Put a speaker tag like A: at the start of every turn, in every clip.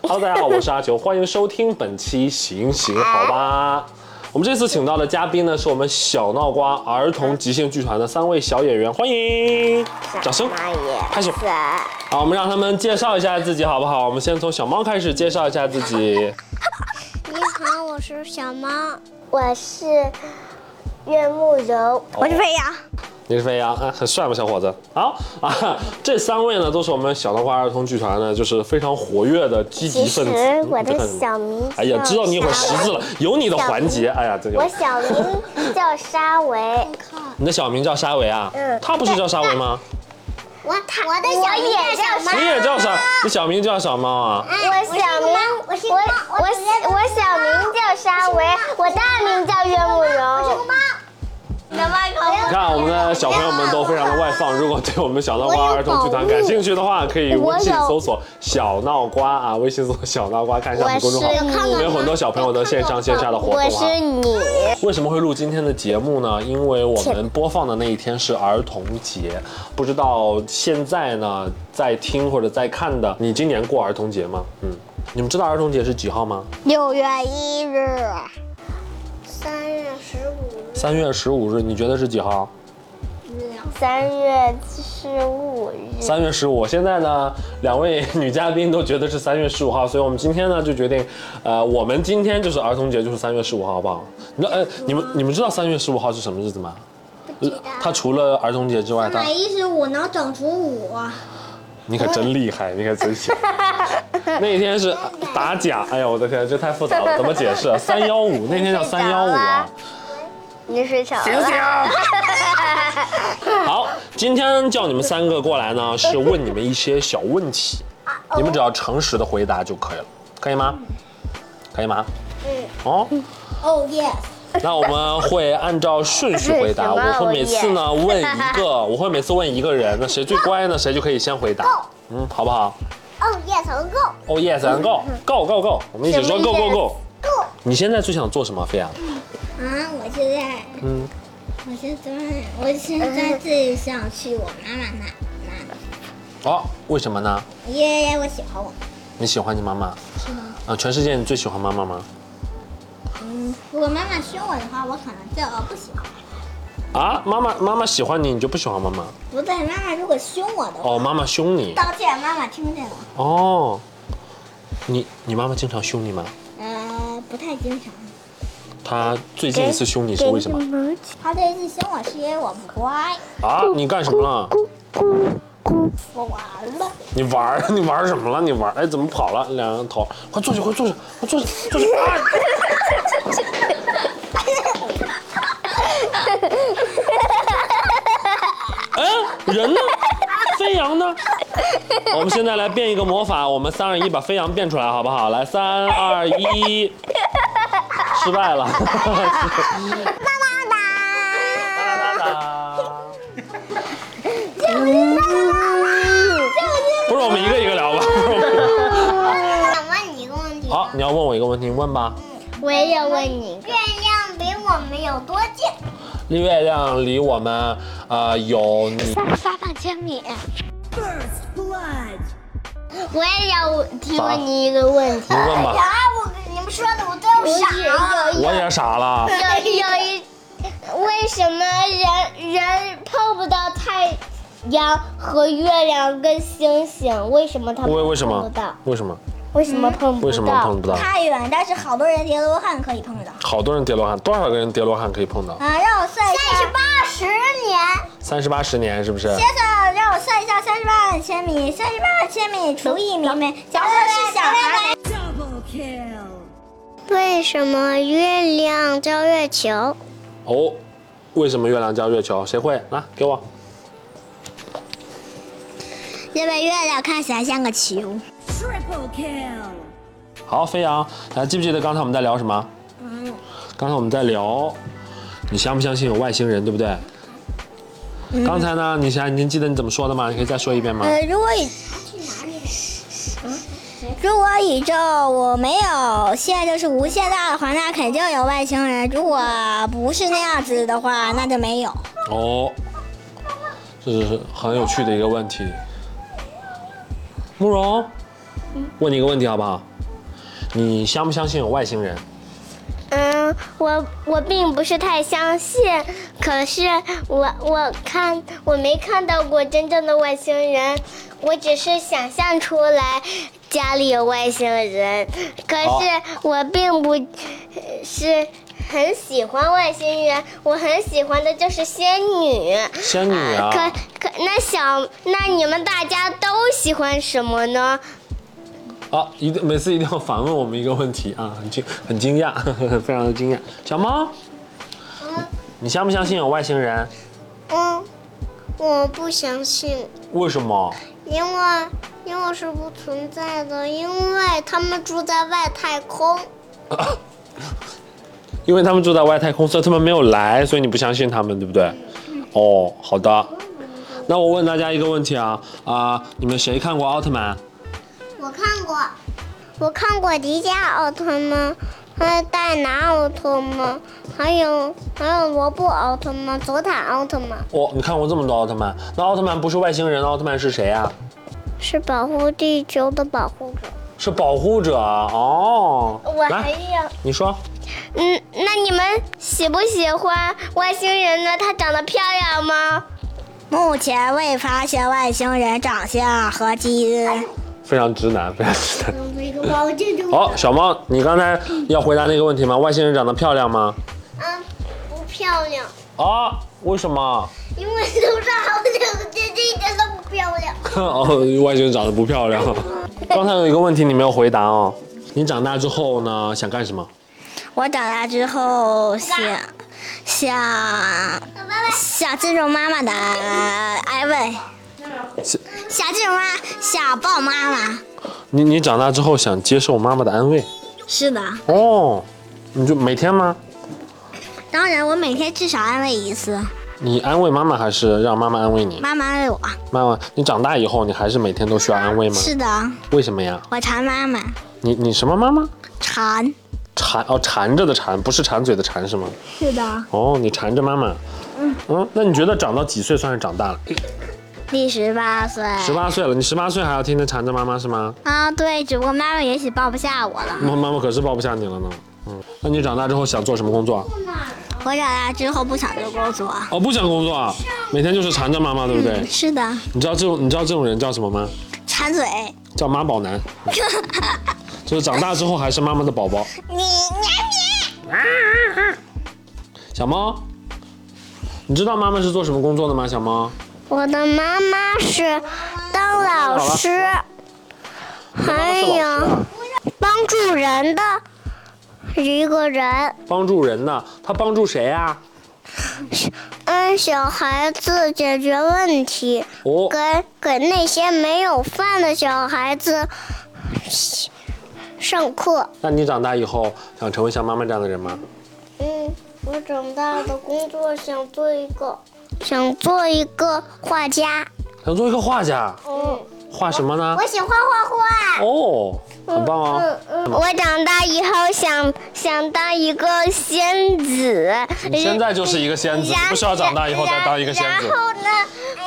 A: Hello，大家好，我是阿九，欢迎收听本期《行行好吧》。我们这次请到的嘉宾呢，是我们小闹瓜儿童即兴剧团的三位小演员，欢迎，掌声，拍手。好，我们让他们介绍一下自己好不好？我们先从小猫开始介绍一下自己。
B: 你好，我是小猫。
C: 我是岳慕柔，
B: 我是飞扬。
A: 你是飞扬啊，很帅吗，小伙子？好啊，这三位呢都是我们小脑瓜儿童剧团呢，就是非常活跃的积极
C: 其
A: 分
C: 实
A: 子。
C: 我
A: 嗯
C: 的
A: 这很
C: 小名
A: 哎呀，知道你一会儿识字了，有你的环节。哎呀，这有
C: 我小名叫沙维，
A: 你的小名叫沙维啊？嗯，他不是叫沙维吗？
B: 我我的
C: 小名叫小猫
A: 你也叫沙，你小名叫小猫啊？
C: 我小名
B: 我是
C: 我
B: 猫，
C: 我我小名叫沙维，我大名叫岳慕柔。
B: 猫。你的麦克
A: 你看我们的小朋友们都非常的外放，如果对我们小闹瓜儿童剧团感兴趣的话，可以微信搜索“小闹瓜”啊，微信搜索“小闹瓜”，看一下我们公众号，
C: 我是你
A: 我们有很多小朋友的线上线下的活动啊。
C: 你，
A: 为什么会录今天的节目呢？因为我们播放的那一天是儿童节，不知道现在呢在听或者在看的，你今年过儿童节吗？嗯，你们知道儿童节是几号吗？
B: 六月一日，
C: 三月十五
A: 三月十五日，你觉得是几号？
C: 三月十五日，
A: 三月十五。现在呢，两位女嘉宾都觉得是三月十五号，所以我们今天呢就决定，呃，我们今天就是儿童节，就是三月十五号，好不好？那呃，你们你们知道三月十五号是什么日子吗？它除了儿童节之外，它
B: 一十五能整除五。啊
A: 你可真厉害，你可真行。那天是打假，哎呀，我的天，这太复杂了，怎么解释啊？三幺五那天叫三幺五啊。
C: 你睡着
A: 醒醒！好，今天叫你们三个过来呢，是问你们一些小问题，你们只要诚实的回答就可以了，可以吗？可以吗？嗯。哦，
B: Oh yes。
A: 那我们会按照顺序回答。
C: 为什么
A: 我会每次呢问一个，我会每次问一个人，那谁最乖呢，谁就可以先回答。嗯，好不好？
C: 哦
B: Oh yes go。
A: Oh yes and go go go go，我们一起说
C: 什么
A: go go go。
B: Go
A: 你现在最想做什么，飞扬？
B: 啊，我现在，
A: 嗯，
B: 我现在，我现在最想去我妈妈那那
A: 哦，为什么呢？
B: 里，因为我喜欢我。
A: 你喜欢你妈妈？
B: 是吗？
A: 啊，全世界你最喜欢妈妈吗？
B: 嗯，如果妈妈凶我的话，我可能就呃不喜欢。
A: 啊，妈妈妈妈喜欢你，你就不喜欢妈妈？
B: 不对，妈妈如果凶我的话，
A: 哦，妈妈凶你？
B: 道歉，妈妈听见了。
A: 哦，你你妈妈经常凶你吗？
B: 呃，不太经常。
A: 她最近一次凶你是为什么？
C: 么？
B: 他最近凶我是因为我不乖，
A: 啊，你干什么了？
B: 我玩了。
A: 你玩儿 你玩儿什么了？你玩儿哎，怎么跑了？两人头，快坐下，快坐下，快坐下，坐下。啊 哎，人呢？飞扬呢？我们现在来变一个魔法，我们三二一把飞扬变出来，好不好？来，三二一，失败了。哒哒哒。不是我们一个一个聊吧？
C: 我想问你一个问题，
A: 好，你要问我一个问题，你问吧。
C: 我也要问你一个
B: 月亮离我们有多近？
A: 月亮离我们呃有你
C: 三八万千米。
B: 啊
C: 我也要提问你一个问题
A: 你，问吧，
B: 啊，我你们说的我都
C: 不是有
A: 我也傻了。
C: 有有一，为什么人人碰不到太阳和月亮跟星星？为什么他们
A: 为为什
C: 碰不
A: 么
C: 到？？
A: 为什么？
C: 为什么碰不到？
A: 为什么碰不到？
B: 太远，但是好多人叠罗汉可以碰到。
A: 好多人叠罗汉，多少个人叠罗汉可以碰到？
B: 啊，让我算一下，三十八十年。
A: 三十八十年是不是？
B: 接着让我算一下，三十八万千米，三十八万千米除以米米，假设是小孩，
C: 为什么月亮叫月球？
A: 哦，为什么月亮叫月球？谁会？来给我。
B: 因为月亮看起来像个球。
D: Triple kill.
A: 好，飞扬，来记不记得刚才我们在聊什么？
C: 嗯
A: 刚才我们在聊，你相不相信有外星人，对不对？
C: 嗯
A: 刚才呢，你想，你记得你怎么说的吗？你可以再说一遍吗？
B: 呃，如果宇，如果宇宙我没有现在就是无限大的话，那肯定有外星人；如果不是那样子的话，那就没有。
A: 哦，这是很有趣的一个问题。慕容，问你一个问题好不好？你相不相信有外星人？
C: 嗯，我我并不是太相信，可是我我看我没看到过真正的外星人，我只是想象出来家里有外星人，可是我并不呃是很喜欢外星人，我很喜欢的就是仙女。
A: 仙女啊？
C: 呃可可那小那你们大家都喜欢什么呢？
A: 啊，一定每次一定要反问我们一个问题啊，很惊很惊讶， 非常的惊讶。小猫，你相不相信有外星人？
C: 嗯，我不相信。
A: 为什么？
C: 因为因为是不存在的，因为他们住在外太空。
A: 因为他们住在外太空，所以他们没有来，所以你不相信他们，对不对？哦，好的。那我问大家一个问题啊啊、你们谁看过奥特曼？
C: 我看过，我看过迪迦奥特曼，还有戴拿奥特曼，还有还有罗布奥特曼、佐塔奥特曼，
A: 哦，你看过这么多奥特曼？那奥特曼不是外星人，奥特曼是谁啊？
C: 是保护地球的保护者。
A: 是保护者啊哦。
C: 我还
A: 来，
C: 要，
A: 你说，
C: 嗯，那你们喜不喜欢外星人呢？她长得漂亮吗？
B: 目前未发现外星人长相和基
C: 哎
B: 因。
A: 非常直男，非常直男。
C: 保健中
A: 好、小猫，你刚才要回答那个问题吗？外星人长得漂亮吗？
C: 嗯，不漂亮。
A: 啊，为什么？
C: 因为头上好两这这一点都不漂亮。
A: 哦，外星人长得不漂 亮。刚才有一个问题你没有回答哦，你长大之后呢，想干什么？
B: 我长大之后想想
C: 拜拜。
B: 想这种妈妈的安慰，
A: 是
B: 想这种妈想抱妈妈。
A: 你你长大之后想接受妈妈的安慰
B: 是的，
A: 哦，你就每天吗？
B: 当然我每天至少安慰一次，
A: 你安慰妈妈还是让妈妈安慰你？
B: 妈妈安慰我。
A: 妈妈，你长大以后你还是每天都需要安慰吗？
B: 是的，
A: 为什么呀？
B: 我馋妈妈，
A: 你你什么妈妈？
B: 馋。
A: 缠哦缠着的缠，不是馋嘴的馋是吗？
B: 是的，
A: 哦，你缠着妈妈。嗯那你觉得长到几岁算是长大了？
B: 第十八岁。
A: 十八岁了，你十八岁还要天天缠着妈妈是吗？
B: 啊，对，只不过妈妈也许抱不下我了。
A: 妈妈妈可是抱不下你了呢。嗯，那你长大之后想做什么工作？啊
B: 我长大之后不想做工作。
A: 哦，不想嗯工作啊，每天就是缠着妈妈，对不对？
B: 是的，
A: 你知道这种你知道这种人叫什么吗？
B: 馋嘴。
A: 叫妈宝男，就是长大之后还是妈妈的宝宝。
B: 你你
A: 小猫，你知道妈妈是做什么工作的吗？小猫，
C: 我的妈妈是当老师，还有帮助人的一个人。
A: 帮助人呢，她帮助谁啊？
C: 嗯，小孩子解决问题，
A: 哦，
C: 给给那些没有饭的小孩子嘘上课。
A: 那你长大以后想成为像妈妈这样的人吗？
C: 嗯，我长大的工作想做一个，想做一个画家。
A: 想做一个画家，
C: 嗯，
A: 画什么呢？
C: 喜欢画画。
A: 哦，很棒哦。
C: 嗯我长大以后想想当一个仙子，
A: 你现在就是一个仙子，你不需要长大以后再当一个仙子
C: 然。后呢，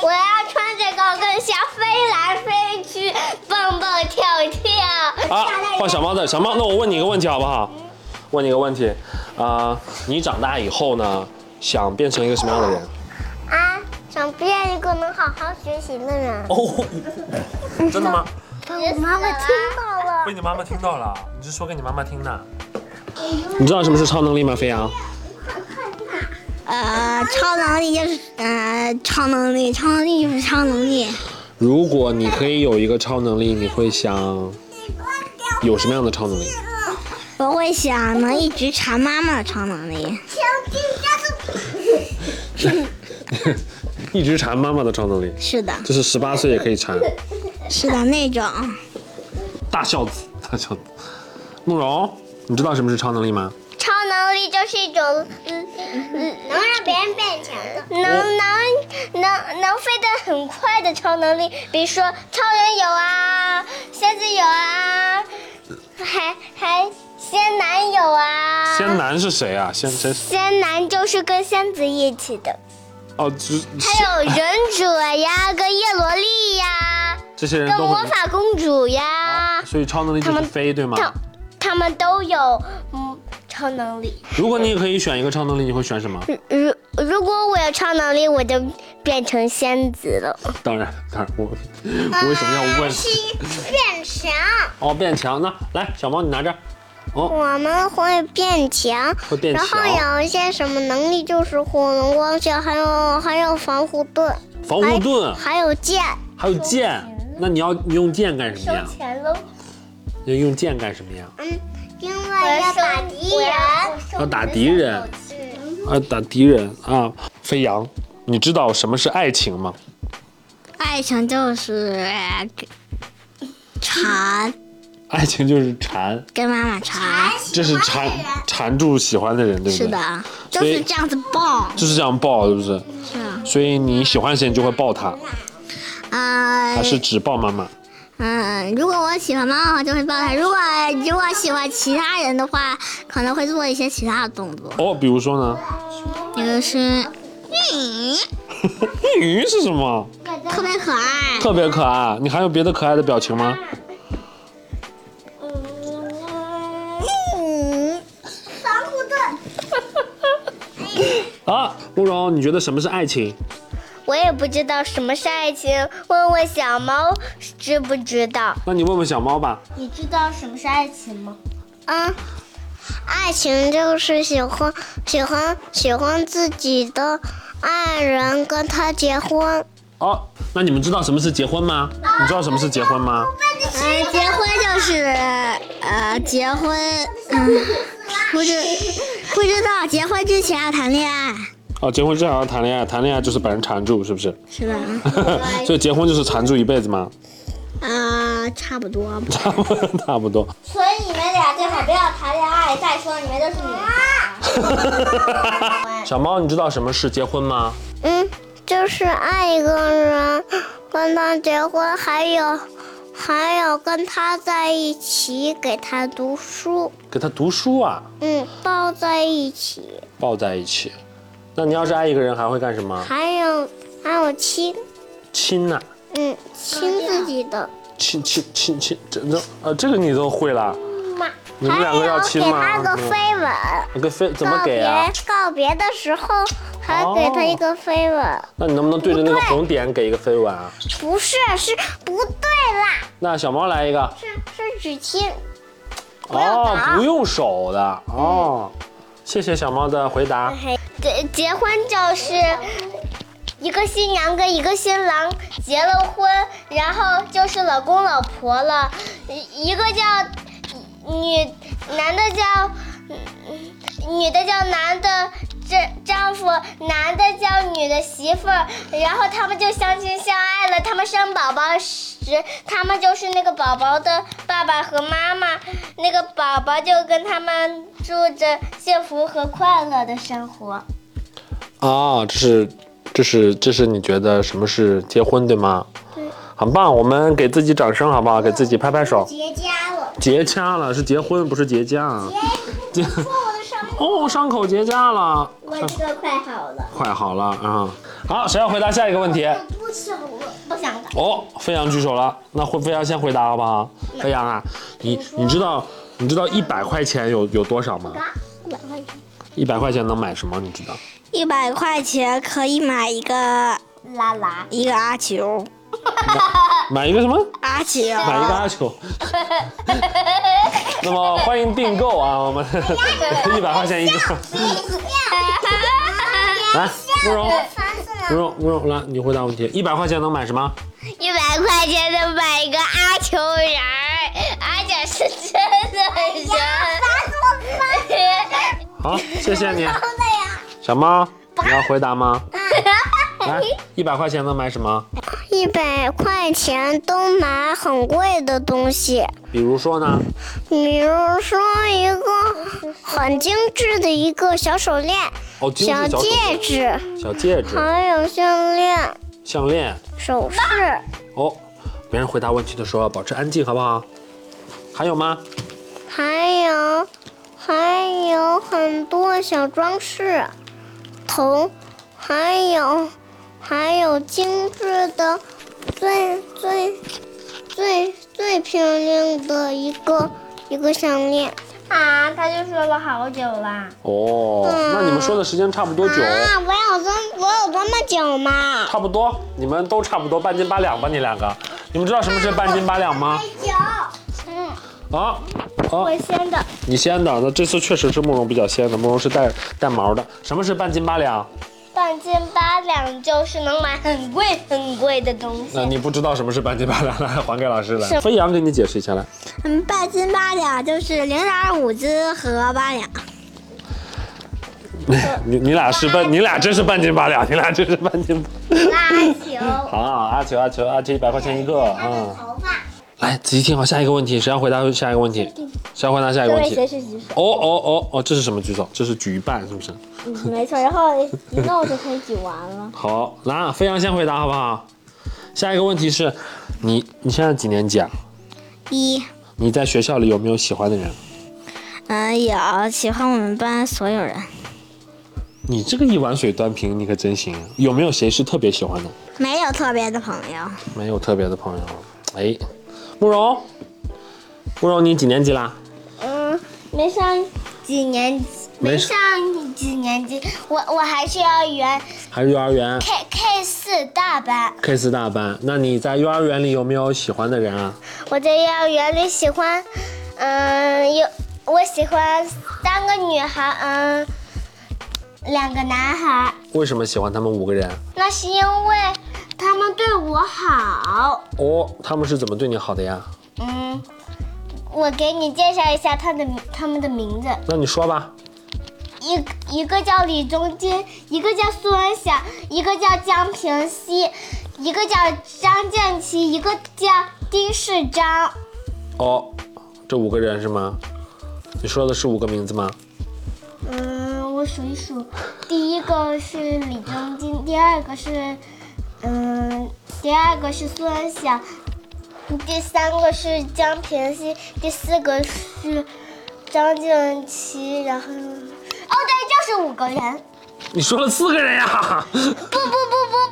C: 我要穿这个跟像飞来飞去、蹦蹦跳跳。
A: 啊，换小猫的小猫，那我问你一个问题好不好？问你一个问题，啊、你长大以后呢，想变成一个什么样的人？
C: 啊，想变一个能好好学习的人。
A: 哦，真的吗？
C: 我妈妈听到了。
A: 被你妈妈听到了，你是说给你妈妈听的？你知道什么是超能力吗，飞扬？
B: 呃，超能力就是呃，超能力，超能力就是超能力。
A: 如果你可以有一个超能力，你会想有什么样的超能力？
B: 我会想能一直馋妈妈的超能力。
A: 一直缠妈妈的超能力，
B: 是的，
A: 就是十八岁也可以缠。
B: 是的那种。
A: 大孝子，大孝子。慕容，你知道什么是超能力吗？
C: 超能力就是一种，嗯嗯，能让别人变强的，能能能能飞得很快的超能力，比如说超人有啊，仙子有啊，还还仙男有啊。
A: 仙男是谁啊？仙谁？
C: 仙男就是跟仙子一起的，
A: 哦，这这
C: 还有忍者呀，跟叶罗丽呀，
A: 这些人
C: 跟
A: 都
C: 魔
A: 会。
C: 法公主呀。啊，
A: 所以超能力就
C: 他
A: 是
C: 们
A: 飞，对吗？
C: 他他们都有嗯超能力。
A: 如果你可以选一个超能力，你会选什么？
C: 如如果我有超能力，我就变成仙子了。
A: 当然，当然，我我为什么要问？
C: 变强，
A: 哦，变强。那来，小猫你拿着。哦，
C: 我们会变强，
A: 会变
C: 然
A: 强
C: 后。有一些什么能力，就是火龙光线，还有还有防护盾，
A: 防
B: 哎
A: 护盾，
C: 还有剑。
A: 还有剑。那你要你用剑干什么呀？
C: 钱喽！
A: 要用剑干什么呀？
B: 哎
C: 嗯，因为要打敌人，
A: 要打敌人。啊，打敌人啊！飞扬，你知道什么是爱情吗？
B: 爱情就是呃缠，
A: 爱情就是缠，
B: 跟妈妈缠。
A: 这是缠缠住喜欢的人，对不对？
B: 是的，就
A: 所以
B: 是这样子抱。
A: 就是这样抱，是不是？
B: 是啊，哎
A: 所以你喜欢谁，你就会抱他，还
B: 呃，
A: 是只抱妈妈？
B: 嗯，如果我喜欢妈妈的话，就会抱她；如果如果喜欢其他人的话，可能会做一些其他的动作，
A: 哦，比如说呢？
B: 一个是
A: 鱼是什么？
B: 特别可爱，
A: 特别可爱。啊你还有别的可爱的表情吗？
B: 嗯，防护盾，
A: 啊，慕容，你觉得什么是爱情？
C: 我也不知道什么是爱情，问问小猫知不知道？
A: 那你问问小猫吧。
C: 你知道什么是爱情吗？
B: 嗯，
C: 爱情就是喜欢喜欢喜欢自己的爱人，跟他结婚。
A: 哦，那你们知道什么是结婚吗？你知道什么是结婚吗？
B: 呃，结婚就是呃，结婚，嗯、不知不知道结婚之前要谈恋爱，
A: 哦，结婚之前要谈恋爱，谈恋爱就是把人缠住，是不是？
B: 是吧？
A: 所以结婚就是缠住一辈子吗？
B: 呃，差不多吧。
A: 差不多， 差不多。
B: 所以你们俩最好不要谈恋爱，再说你们都是女
A: 小猫，你知道什么是结婚吗？
C: 嗯，就是爱一个人，跟他结婚，还有还有跟他在一起，给他读书，
A: 给他读书啊，
C: 嗯，抱在一起，
A: 抱在一起。那你要是爱一个人，还会干什么？
C: 还有还有亲，
A: 亲呐、
C: 嗯，亲自己的
A: 亲亲亲亲，这这呃，这个你都会了。
C: 妈，
A: 你们
C: 还
A: 两个要
C: 有
A: 亲
C: 给
A: 吗
C: 他个
A: 嗯
C: 飞吻，
A: 那个飞怎么
C: 告
A: 给
C: 别
A: 啊？
C: 告别的时候还给他一个飞吻，
A: 那你能不能对着那个红点给一个飞吻啊？
C: 不是，是不对啦，
A: 那小猫来一个。
C: 是是只亲，
A: 哦，
C: 打
A: 不用手的哦。谢谢小猫的回答。
C: 结结婚就是一个新娘跟一个新郎结了婚，然后就是老公老婆了，一一个叫女，男的叫嗯女的叫男的丈丈夫，男的叫女的媳妇儿，然后他们就相亲相爱了。他们生宝宝时，他们就是那个宝宝的爸爸和妈妈，那个宝宝就跟他们住着幸福和快乐的生活。
A: 啊，这是，这是，这是你觉得什么是结婚对吗？很棒，我们给自己掌声好不好？给自己拍拍手。
C: 结痂了，
A: 结痂了是结婚，不是结痂。结哦，伤口结痂了，
C: 我这个快好了，
A: 快好了啊、好，谁要回答下一个问题？
C: 不想了，不想了。
A: 哦，飞扬举手了，那会飞扬先回答好不好？飞扬啊，你你知道你知道一百块钱有有多少吗？一百块钱能买什么？你知道？
B: 一百块钱可以买一个
C: 啦啦，
B: 一个阿球，
A: 买一个什么？
B: 阿球，
A: 买一个阿球。 那么欢迎订购啊，我们 一百块钱一个。来，慕容，慕容，慕容，来，你回答问题。一百块钱能买什么？
C: 一百块钱能买一个阿球人儿，而且是真的人。啊
A: 好，谢谢你。小猫，你要回答吗？来，一百块钱能买什么？
C: 一百块钱都买很贵的东西，
A: 比如说呢？
C: 比如说一个很精致的一个小手链、
A: 哦，精
C: 小
A: 致小手
C: 戒指，
A: 镯小戒指、
C: 还有项链、
A: 项链。
C: 首饰。
A: 哦，别人回答问题的时候要保持安静，好不好？还有吗？
C: 还有还有很多小装饰，头，还有还有精致的最最最最漂亮的一个一个项链。
E: 啊，他就说了好久啦。
A: 哦，那你们说的时间差不多久，
C: 啊，我有这我有这么久吗？
A: 差不多，你们都差不多半斤八两吧，你两个。你们知道什么是半斤八两吗？
C: 嗯，
A: 啊啊，
C: 我先的。
A: 你先的，那这次确实是慕容比较先的，慕容是带带毛的。什么是半斤八两？
C: 半斤八两就是能买很贵很贵的东西。
A: 那你不知道什么是半斤八两，来还给老师来。飞扬给你解释一下来。
B: 嗯，半斤八两就是零点二五只和八两。
C: 呃
A: 你你俩是半，你俩真是半斤八两，你俩真是半斤。
C: 拉球，
A: 好，阿球阿球阿球一百块钱一个啊、嗯
C: 头发。
A: 来，仔细听好，下一个问题，谁要回答下一个问题？谁要回答下一个问题？
E: 是举手？
A: 哦哦哦哦，这是什么举手？这是举一半，是不是？
B: 嗯
E: 没错，然后一弄就可以举完 了。
A: 好，来，飞扬先回答好不好？下一个问题是，你你现在几年级啊？
B: 一，
A: 你在学校里有没有喜欢的人？
B: 嗯，有喜欢我们班所有人，
A: 你这个一碗水端平，你可真行。啊有没有谁是特别喜欢的？
B: 没有特别的朋友。
A: 没有特别的朋友。哎，慕容，慕容，你几年级啦？
C: 嗯，没上几年级，
A: 没
C: 没上几年级，我我还是幼儿园
A: 还是幼儿园
C: K K 四大班。
A: K 四大班？那你在幼儿园里有没有喜欢的人啊？
C: 我在幼儿园里喜欢，嗯，有我喜欢三个女孩，嗯，两个男孩。
A: 为什么喜欢他们五个人？
C: 那是因为他们对我好。
A: 哦，他们是怎么对你好的呀？
C: 嗯，我给你介绍一下他的名，他们的名字，
A: 那你说吧。
C: 一个一个叫李中金，一个叫苏文祥，一个叫江平熙，一个叫张建奇，一个叫丁世章。
A: 哦，这五个人是吗？你说的是五个名字吗？
C: 嗯，我数一数，第一个是李中金，第二个是，嗯，第二个是苏文祥，第三个是江平熙，第四个是张静琪，然后，哦，对，就是五个人，
A: 你说了四个人呀、
C: 不不不不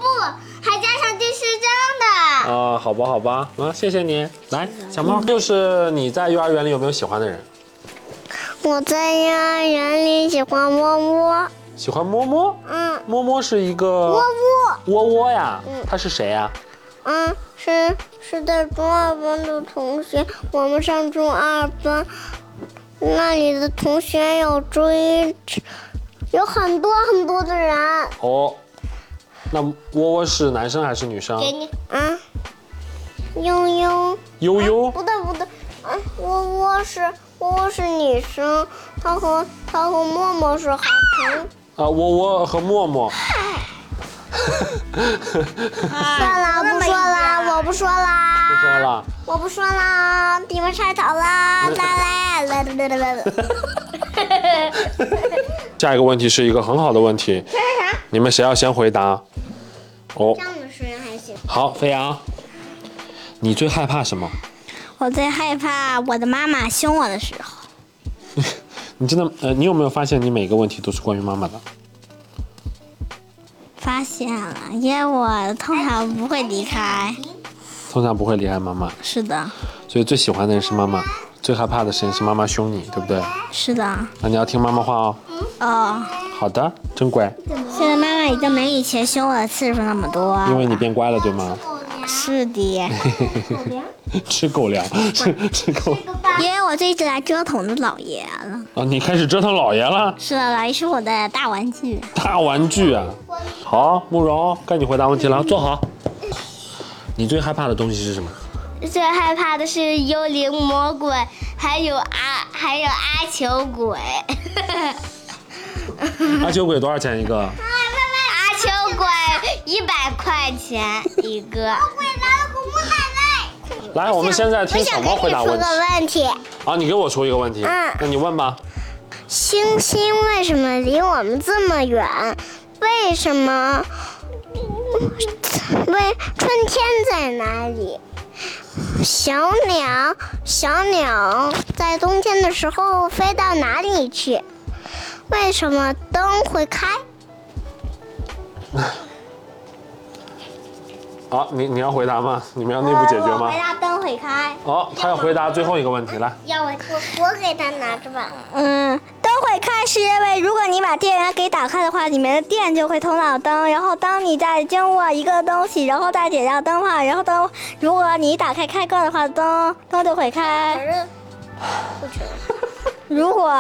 C: 不，还加上第十张 的，
A: 啊，好吧，好吧，啊，谢谢你。来，小猫，
C: 嗯
A: 就是你在幼儿园里有没有喜欢的人？
C: 我在幼儿园里喜欢摸摸，
A: 喜欢摸摸，
C: 嗯，
A: 摸摸是一个
C: 摸摸，
A: 窝窝呀，他是谁啊呀？
C: 嗯，是是在中二班的同学，我们上中二班，那里的同学有追，有很多很多的人。
A: 哦，那窝窝是男生还是女生？
C: 你啊，悠悠，
A: 悠悠
C: 不对不对，啊，窝窝是窝窝是女生，她和她和默默是好朋
A: 啊，窝窝和默默。
B: 哎
C: 算啦，不说啦，我不说啦，
A: 不说了，
C: 我不说啦，你们晒场啦，来来来来来来来。
A: 下一个问题是一个很好的问题，你们谁要先回答？哦，
C: 这样的声音还行。
A: 好，飞扬，你最害怕什么？
B: 我最害怕我的妈妈凶我的时候。
A: 你真的呃，你有没有发现你每个问题都是关于妈妈的？
B: 发现了，因为我通常不会离
C: 哎
B: 开。
A: 通常不会离开妈妈，
B: 是的，
A: 所以最喜欢的人是妈妈，最害怕的事情是妈妈凶你，对不对？
B: 是的。
A: 那你要听妈妈话哦。
B: 哦，
A: 好的，真乖，
B: 现在妈妈已经没以前凶我的次数那么多。
C: 哎
A: 因为你变乖了，对吗？
B: 是的，因
A: 吃狗粮， 吃吃狗
B: 为我最近来折腾的老爷了。
A: 啊！你开始折腾老爷了，
B: 是的，老爷是我的大玩具。
A: 大玩具啊！好，慕容，该你回答问题了，坐好。你最害怕的东西是什么？
C: 最害怕的是幽灵魔鬼，还有阿还有阿球 鬼，
A: 阿酒鬼多少钱一个？
C: 阿球鬼一百块钱一个。
A: 来，我们现在听小猫回答问题
C: 问题：
A: 啊！你给我出一个问题，
C: 嗯
A: 那你问吧。
C: 星星为什么离我们这么远？为什么？为春天在哪里？小鸟，小鸟在冬天的时候飞到哪里去？为什么灯会开？
A: 啊哦好、你你要回答吗？你们要内部解决吗？
C: 答灯
B: 会开。
A: 好、他要回答最后一个问题，来，
C: 要我我我给他拿着吧。
B: 嗯，都会开是因为如果你把电源给打开的话，里面的电就会通到灯，然后当你再经过一个东西，然后再点亮灯泡，然后灯，如果你打开开关的话，灯灯就会开。
C: 正不知
B: 如果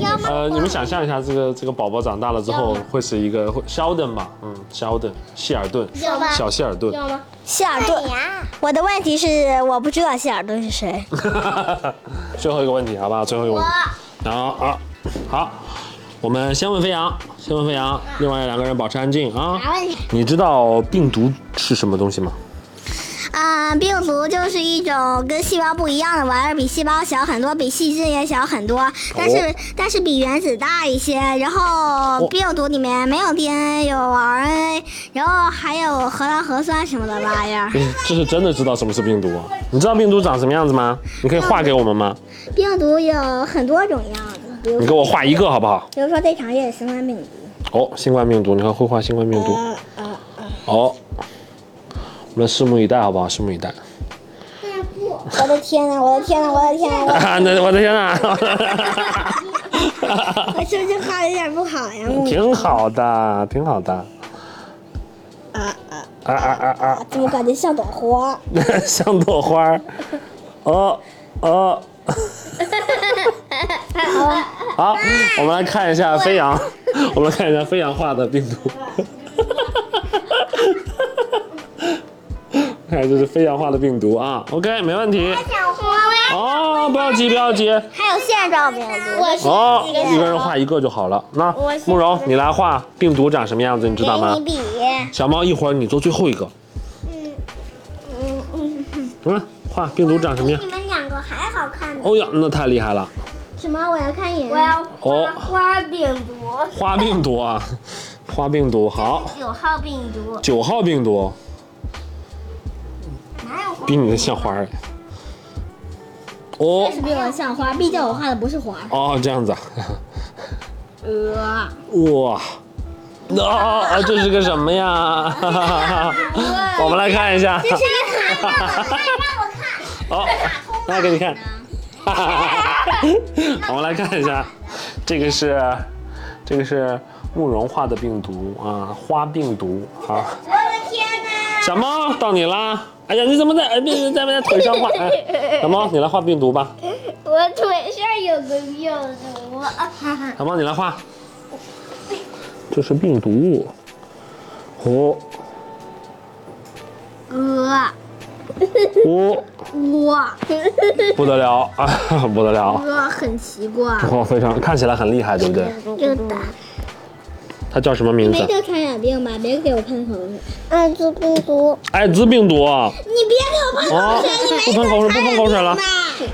C: 要么
A: 呃，你们想象一下，这个这个宝宝长大了之后会是一个会 Sheldon 吧？嗯，Sheldon，希尔顿，
C: 要吗？
A: 小希尔顿。
C: 要吗？
B: 希尔顿，
C: 呀，
B: 我的问题是我不知道希尔顿是谁。
A: 最后一个问题，好不好？最后一个问题。然后啊，好，我们先问飞扬，先问飞
C: 嗯
A: 扬，另外两个人保持安静啊。你知道病毒是什么东 西吗？
B: 嗯，病毒就是一种跟细胞不一样的玩意儿，比细胞小很多，比细菌也小很多，但是、但是比原子大一些。然后病毒里面没有 DNA，有 RNA，然后还有核糖核酸什么的玩意儿。
A: 你这是真的知道什么是病毒啊？你知道病毒长什么样子吗？你可以画给我们吗？
B: 病毒有很多种样子，比如
A: 你给我画一个好不好？
B: 比如说最常见的新冠病毒。
A: 哦，新冠病毒，你看会画新冠病毒。哦，我们拭目以待好不好？拭目以待。
B: 我的天呐，我的天呐，我的天呐，
A: 啊，那我的天哪！
B: 我 是不是画的有点不好呀？
A: 挺好的，挺好的。啊啊啊啊啊！
B: 怎么感觉像 朵花？
A: 像朵花儿。哦哦。好，我们来看一下飞扬，我们来看一下飞扬画的病毒。 看，这是飞扬画的病毒啊。OK，没问题。哦，不要急，不要急。
B: 还有线状病毒。
C: 我是
A: 哦，一个人画一个就好了。那慕容，你来画病毒长什么样子，你知道吗？
C: 比比，
A: 小猫，一会儿你做最后一个。嗯嗯嗯。画病毒长什么样？
C: 你们两个还好看。
A: 哦呀，那太厉害了。
B: 什么？我要看演员。
C: 我要
A: 哦，
C: 花病毒，
A: 花病毒啊，花病毒好，
C: 九号病毒，
A: 九号病毒
C: 哪有花？啊
A: 比你的像花儿。哦
E: 是比我像花，毕竟我画的不是花。
A: 哦，这样子啊，
E: 呃，
A: 哇。那、啊这是个什么呀？我们来看一下。
C: 让我看，
A: 好，那给你看。好，我们来看一下，这个是，这个是慕容画的病毒啊，花病毒啊。
C: 我的天哪！
A: 小猫到你啦！哎呀，你怎么在哎，别别在在腿上画？哎，小猫，你来画病毒吧。
C: 我腿上有个病毒，
A: 小猫，你来画。这是病毒。哦
C: 呃，
A: 哦，
E: 哇，
A: 不得了 啊，不得了！
E: 呃，很奇怪。
A: 哦，非常看起来很厉害，对不对？
C: 就打，
A: 嗯它叫什么名字
E: 没？得传染病吧？别给我喷口水。
C: 艾滋病毒，
A: 艾滋病毒啊。
B: 你别给我
A: 哦，不喷口水，不喷口水了。
B: 吧。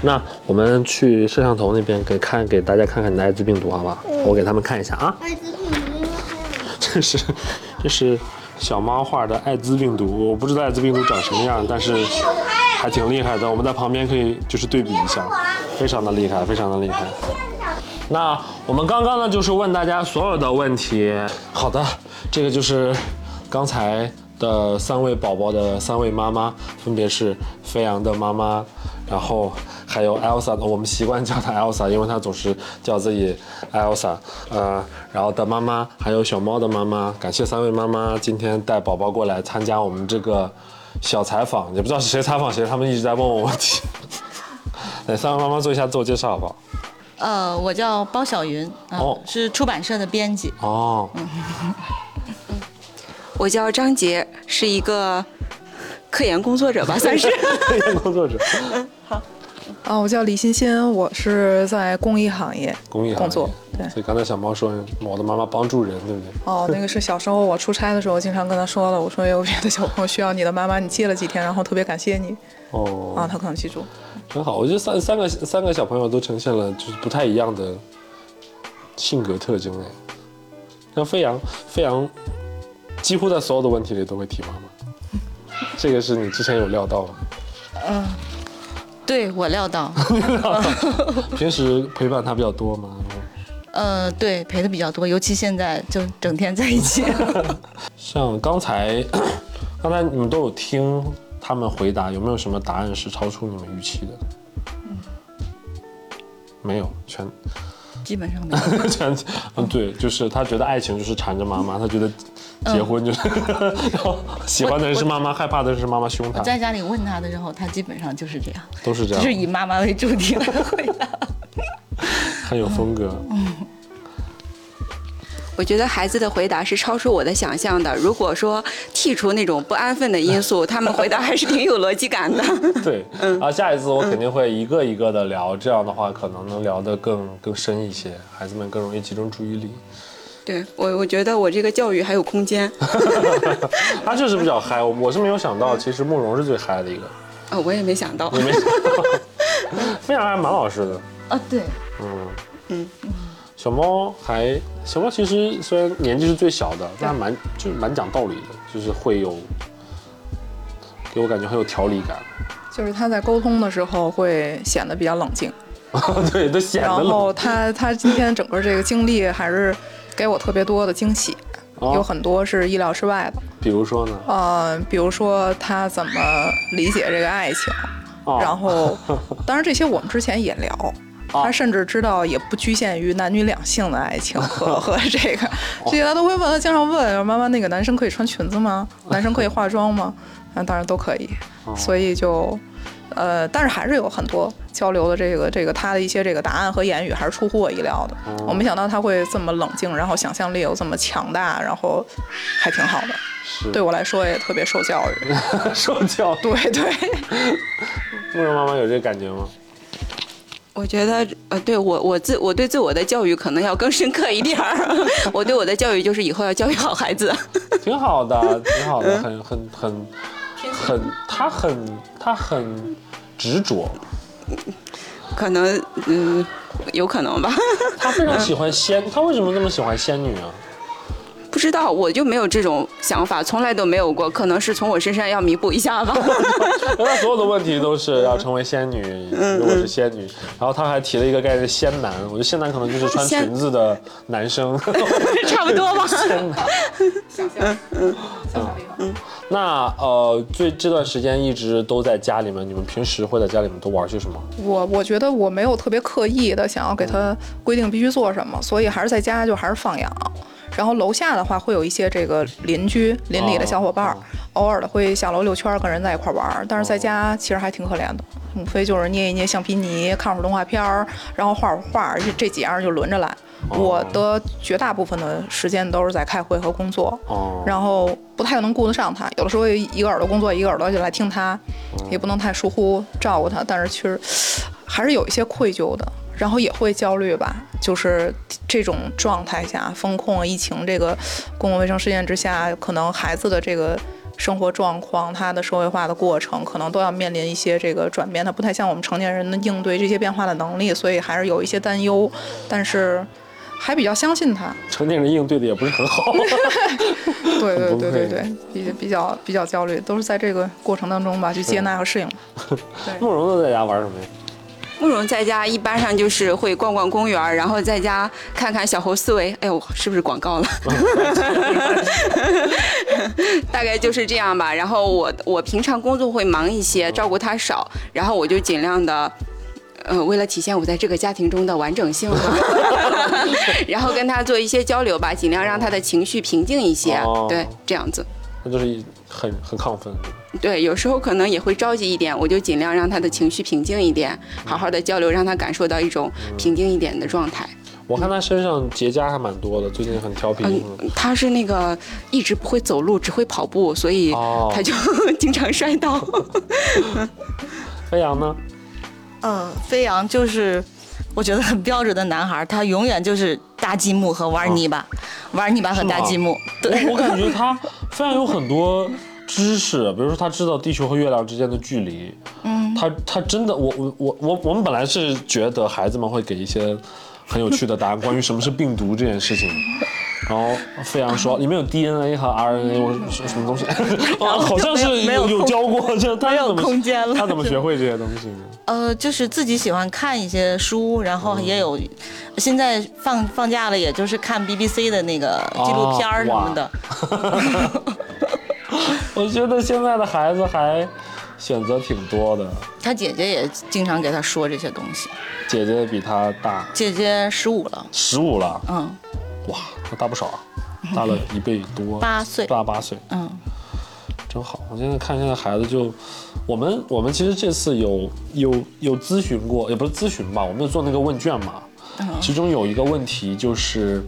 A: 那我们去摄像头那边给看，给大家看看你的艾滋病毒，好不好？
E: 嗯
A: 我给他们看一下啊。
C: 艾滋病毒，
A: 这是，这是小猫画的艾滋病毒，我不知道艾滋病毒长什么样，但是还挺厉害的。我们在旁边可以就是对比一下，非常的厉害，非常的厉害。那我们刚刚呢，就是问大家所有的问题。好的，这个就是刚才的三位宝宝的三位妈妈，分别是飞扬的妈妈，然后还有 Elsa 的，我们习惯叫她 Elsa，因为她总是叫自己 Elsa。呃，然后的妈妈，还有小猫的妈妈，感谢三位妈妈今天带宝宝过来参加我们这个小采访，也不知道是谁采访谁，他们一直在问我问题。 来，三位妈妈做一下自我介绍，好不好？
F: 呃，我叫包小云，啊、
A: 哦
F: 是出版社的编辑。
A: 哦。
G: 我叫张杰，是一个科研工作者 吧，算是。
A: 科研工作者，
H: 啊，我叫李欣欣，我是在公益行业
A: 公益行业
H: 工作。对，
A: 所以刚才小猫说我的妈妈帮助人，对不对？
H: 哦，那个是小时候我出差的时候经常跟他说了，我说有别的小朋友需要你的妈妈，你借了几天，然后特别感谢你啊，
A: 哦，
H: 他可能记住。
A: 真好，我觉得三三个三个小朋友都呈现了就是不太一样的性格特征哎。像飞扬，飞扬几乎在所有的问题里都会提妈妈， 这个是你之前有料到吗？
F: 对我料 到，
A: 平时陪伴他比较多吗？
F: 呃，对陪的比较多，尤其现在就整天在一起。
A: 像刚才，刚才你们都有听他们回答有没有什么答案是超出你们预期的？
F: 嗯
A: 没有，全
F: 基本上没有。
A: 全，嗯，对，就是他觉得爱情就是缠着妈妈，他觉得
F: 嗯
A: 结婚就是， 然后喜欢的人是妈妈，害怕的人是妈妈凶他
F: 我，在家里问他的时候，他基本上就是这样，
A: 都是这
F: 就是
A: 样，
F: 以妈妈为主题来回 答。
A: 很有风格。
F: 嗯
G: 我觉得孩子的回答是超出我的想象的。如果说剔除那种不安分的因素，他们回答还是挺有逻辑感的。
A: 对，
F: 嗯
A: 啊，下一次我肯定会一个一个的聊，这样的话可能能聊得更更深一些，孩子们更容易集中注意力。
G: 对我，我觉得我这个教育还有空间。
A: 他确实比较嗨，我我是没有想到，其实慕容是最嗨的一个，
G: 啊，我也没想到
A: 你。没想到，非常爱马老师的。
F: 啊，对，
A: 小猫还小猫其实虽然年纪是最小的，但还蛮就是蛮讲道理的，就是会有给我感觉很有条理感。
H: 就是他在沟通的时候会显得比较冷静，
A: 对，都显
H: 然
A: 得冷
H: 后他他今天整个这个经历还是给我特别多的惊喜，
A: 哦
H: 有很多是意料之外的。
A: 比如说呢，
H: 呃，比如说他怎么理解这个爱情，
A: 哦
H: 然后当然这些我们之前也聊。他甚至知道也不局限于男女两性的爱情和和这个，这些他都会问，他经常问妈妈那个男生可以穿裙子吗？男生可以化妆吗？啊，当然都可以，所以就，呃，但是还是有很多交流的这个这个他的一些这个答案和言语还是出乎我意料的，我没想到他会这么冷静，然后想象力又这么强大，然后还挺好的。
A: 是
H: 对我来说也特别受教育。
A: 受教，
H: 对对，
A: 慕容妈妈有这个感觉吗？
G: 我觉得，呃，对我我自我对自我的教育可能要更深刻一点儿。 我对我的教育就是以后要教育好孩子。嗯
A: 挺好 的，挺好的，很很很很，他很他很执着，
G: 可能，嗯，有可能吧，
A: 他非常喜欢仙，他为什么那么喜欢仙女啊？
G: 不知道，我就没有这种想法，从来都没有过，可能是从我身上要弥补一下吧。
A: 他所有的问题都是要成为仙女，
G: 嗯
A: 如果是仙女，然后他还提了一个概念仙男，我觉得仙男可能就是穿
G: 仙
A: 裙子的男生，
G: 差不多吧。
A: 仙男。那呃，最这段时间一直都在家里面，你们平时会在家里面都玩些什么？
H: 我我觉得我没有特别刻意的想要给
A: 嗯
H: 他规定必须做什么，所以还是在家就还是放养。然后楼下的话会有一些这个邻居邻里的小伙伴儿
A: 哦，哦
H: 偶尔的会下楼遛圈儿跟人在一块儿玩儿，但是在家其实还挺可怜的，无非就是捏一捏橡皮泥，看会儿动画片儿，然后画会儿画儿，这这几样就轮着来。
A: 哦
H: 我的绝大部分的时间都是在开会和工作，
A: 哦，
H: 然后不太能顾得上他，有的时候一个耳朵工作，一个耳朵就来听他，也不能太疏忽照顾他，但是确实还是有一些愧疚的，然后也会焦虑吧，就是这种状态下，风控、疫情这个公共卫生事件之下，可能孩子的这个。生活状况，他的社会化的过程，可能都要面临一些这个转变，他不太像我们成年人的应对这些变化的能力，所以还是有一些担忧，但是还比较相信他，
A: 成年人应对的也不是很 好。
H: 对对
A: 崩
H: 对对
A: 溃
H: 对，比比较比较焦虑，都是在这个过程当中吧，去接纳和适应。
A: 慕容都在家玩什么呀？
G: 慕容在家一般上就是会逛逛公园儿，然后在家看看小猴思维。哎呦，是不是广告了？ 大概就是这样吧。然后我我平常工作会忙一些，照顾他少，然后我就尽量的。呃，为了体现我在这个家庭中的完整性吧，然后跟他做一些交流吧，尽量让他的情绪平静一些。
A: 哦
G: 对，这样子，
A: 那就是一很很亢奋。
G: 对，有时候可能也会着急一点，我就尽量让他的情绪平静一点，好好的交流，让他感受到一种平静一点的状态。
A: 我看他身上结痂还蛮多的，最近很调皮。
G: 嗯，他是那个一直不会走路，只会跑步，所以
A: 哦
G: 他就 经常摔倒。
A: 飞扬呢？
F: 嗯，飞扬就是我觉得很标准的男孩儿，他永远就是搭积木和玩泥巴，
G: 啊
F: 玩泥巴和搭积木。
A: 我我感觉他非常有很多知识，比如说他知道地球和月亮之间的距离，嗯，他他真的，我我我我我们本来是觉得孩子们会给一些很有趣的答案，关于什么是病毒这件事 情。然后飞扬说里面有 DNA 和 RNA，我说什什么东 西？啊，好像是
F: 没有
A: 有
F: 空
A: 教过，这他
F: 没有
A: 怎么
F: 空间了
A: 他怎么学会这些东西呢？
F: 呃，就是自己喜欢看一些书，然后也有，现在放放假了，也就是看 BBC 的那个 纪录
A: 哦
F: 片儿什么的。
A: 我觉得现在的孩子还选择挺多的。
F: 他姐姐也经常给他说这些东西。
A: 姐姐比他大
F: 姐姐十五了，
A: 十五了，
F: 嗯，
A: 哇，他大不少啊，大了一倍多，
F: 八岁
A: 大八岁，
F: 嗯，
A: 真好。我现在看现在孩子就，我们我们其实这次有有有咨询过，也不是咨询吧，我们有做那个问卷嘛，
F: 嗯
A: 其中有一个问题就是，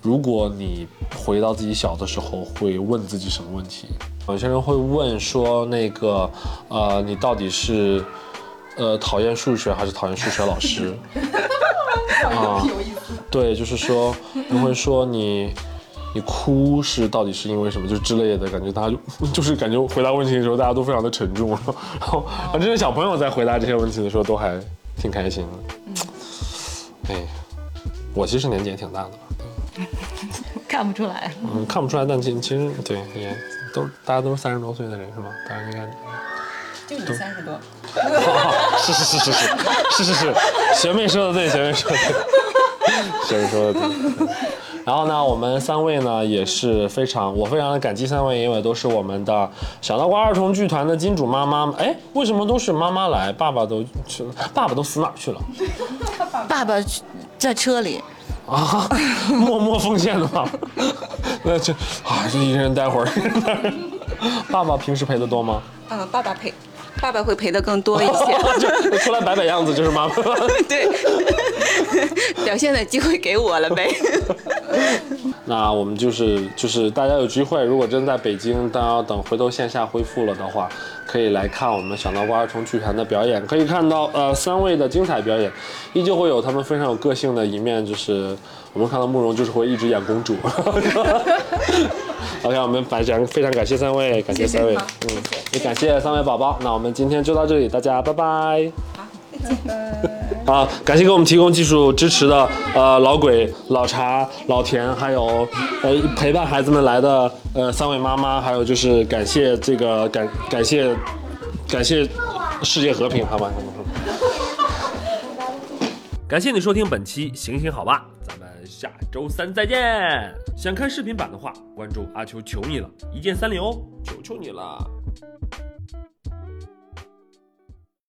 A: 如果你回到自己小的时候，会问自己什么问题？有些人会问说那个，呃，你到底是呃讨厌数学还是讨厌数学老师？啊，对，就是说，你会说你你哭是到底是因为什么，就之类的感觉，大家就就是感觉回答问题的时候，大家都非常的沉重，然后反正小朋友在回答这些问题的时候都还挺开心的。哎，我其实年纪也挺大的，
F: 看不出来。
A: 嗯，看不出来，但其其实对也都大家都是三十多岁的人是吗？大家应该。
F: 就你三十多，
A: 是是是是是是是是，学妹说的对，学妹说的对，学妹说的对。然后呢，我们三位呢也是非常，我非常的感激三位，因为都是我们的小南瓜儿童剧团的金主妈妈。哎，为什么都是妈妈来，爸爸都去了，爸爸都死哪儿去了
F: 爸爸在车里，
A: 啊？默默奉献的爸爸，那这啊，就一个人待会儿。 一个人待会儿爸爸平时陪的多吗？
G: 嗯，爸爸陪，爸爸会陪的更 多一些。
A: 就出来摆摆哦样子就是妈妈。
G: 对， 表现的机会给我了 呗。
A: 那我们就是就是大家有机会，如果真在北京，大家等回头线下恢复了的话，可以来看我们小南瓜儿童剧团的表演，可以看到呃三位的精彩表演，依旧会有他们非常有个性的一面，就是我们看到慕容就是会一直演公主。OK，我们非常非常感谢三位，感谢三位，嗯，也感谢三位宝宝。那我们今天就到这里，大家拜拜。啊，感谢给我们提供技术支持的呃老鬼、老茶、老田，还有呃陪伴孩子们来的呃三位妈妈，还有就是感谢这个感感谢感谢世界和平，好吧？感谢你收听本期《行行好吧》，咱们下周三再见。想看视频版的话，关注阿秋求你了，一键三连哦，求求你了。